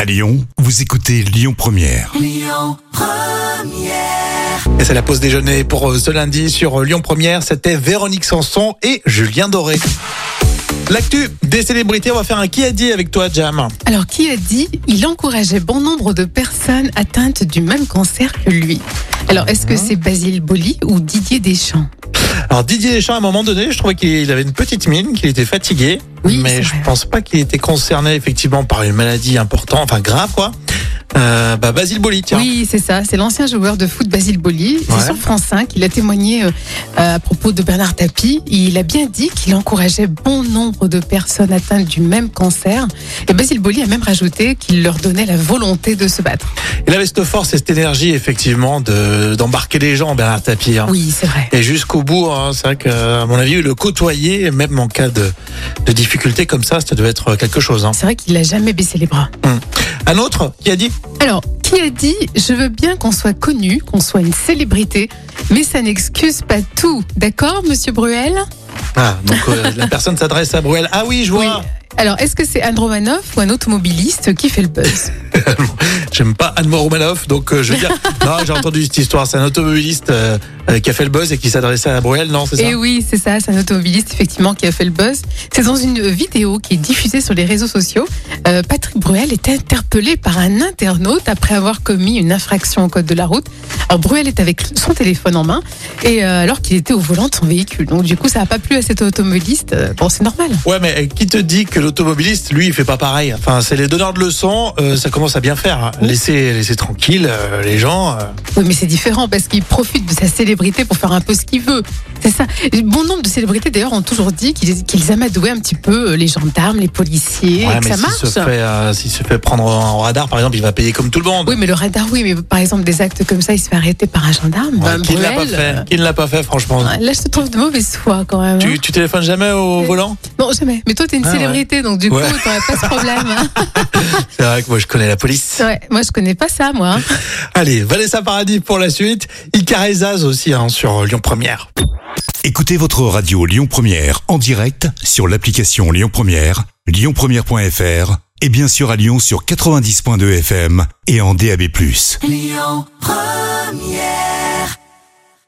À Lyon, vous écoutez Lyon Première. Et c'est la pause déjeuner pour euh, ce lundi sur euh, Lyon Première. C'était Véronique Sanson et Julien Doré. L'actu des célébrités, on va faire un qui a dit avec toi, Jam. Alors, qui a dit il encourageait bon nombre de personnes atteintes du même cancer que lui Alors, est-ce Ah. que c'est Basile Boli ou Didier Deschamps Alors Didier Deschamps, à un moment donné, je trouvais qu'il avait une petite mine, qu'il était fatigué, Oui, mais c'est je vrai. pense pas qu'il était concerné effectivement par une maladie importante, enfin grave quoi. Euh, bah Basile Boli, tiens. Oui, c'est ça, c'est l'ancien joueur de foot Basile Boli. Ouais. C'est sur France 5, il a témoigné euh, à propos de Bernard Tapie. Il a bien dit qu'il encourageait bon nombre de personnes atteintes du même cancer. Et Basile Boli a même rajouté qu'il leur donnait la volonté de se battre. Il avait cette force et cette énergie effectivement de d'embarquer les gens, Bernard Tapie. hein. Oui, c'est vrai. Et jusqu'au bout, hein, c'est vrai qu'à mon avis, le côtoyer, même en cas de, de difficulté comme ça, ça devait être quelque chose. hein. C'est vrai qu'il n'a jamais baissé les bras. Un autre qui a dit Alors, qui a dit Je veux bien qu'on soit connu, qu'on soit une célébrité, mais ça n'excuse pas tout. D'accord, monsieur Bruel Ah, donc euh, la personne s'adresse à Bruel. Ah oui, je vois. Alors, est-ce que c'est Anne Romanoff ou un automobiliste qui fait le buzz J'aime pas Anne Romanoff, donc euh, je veux dire. non, j'ai entendu cette histoire. C'est un automobiliste euh, euh, qui a fait le buzz et qui s'adressait à Bruel, non C'est ça Eh oui, c'est ça, c'est un automobiliste effectivement qui a fait le buzz. C'est dans une vidéo qui est diffusée sur les réseaux sociaux. Euh, Patrick Bruel est interpellé par un internaute après avoir commis une infraction au code de la route. Alors Bruel est avec son téléphone en main et euh, alors qu'il était au volant de son véhicule. Donc du coup, ça n'a pas plu à cet automobiliste. Euh, Bon, c'est normal. Ouais, mais euh, qui te dit que l'automobiliste, lui, il fait pas pareil Enfin, c'est les donneurs de leçons, euh, ça commence à bien faire. hein. Laissez, laissez tranquille euh, les gens. euh. Oui, mais c'est différent parce qu'il profite de sa célébrité pour faire un peu ce qu'il veut. C'est ça. Et Bon nombre de célébrités d'ailleurs ont toujours dit qu'ils qu'ils amadouaient un petit peu euh, les gendarmes, les policiers, Ouais, et que mais ça s'il marche. se, fait, euh, s'il se fait prendre en radar, par exemple, il va payer comme tout le monde. Oui, mais le radar, oui, mais par exemple, des actes comme ça, il se fait arrêter par un gendarme. Ouais, Ben, qui ne Bah, l'a pas Bruel, fait Qui ne l'a pas fait, franchement euh, Là, je te trouve de mauvaise foi quand même. hein. tu, tu téléphones jamais au Euh, volant Non, jamais. Mais toi, t'es une Ah, ouais. célébrité, donc du Ouais. coup, t'aurais pas ce problème. hein. C'est vrai que moi je connais la police. Ouais, moi, je connais pas ça, moi. hein. Allez, Vanessa Paradis pour la suite. Icarezaz aussi hein, sur Lyon Première. Écoutez votre radio Lyon Première en direct sur l'application Lyon Première, lyonpremière.fr et bien sûr à Lyon sur 90.2 FM et en DAB+. Lyon Première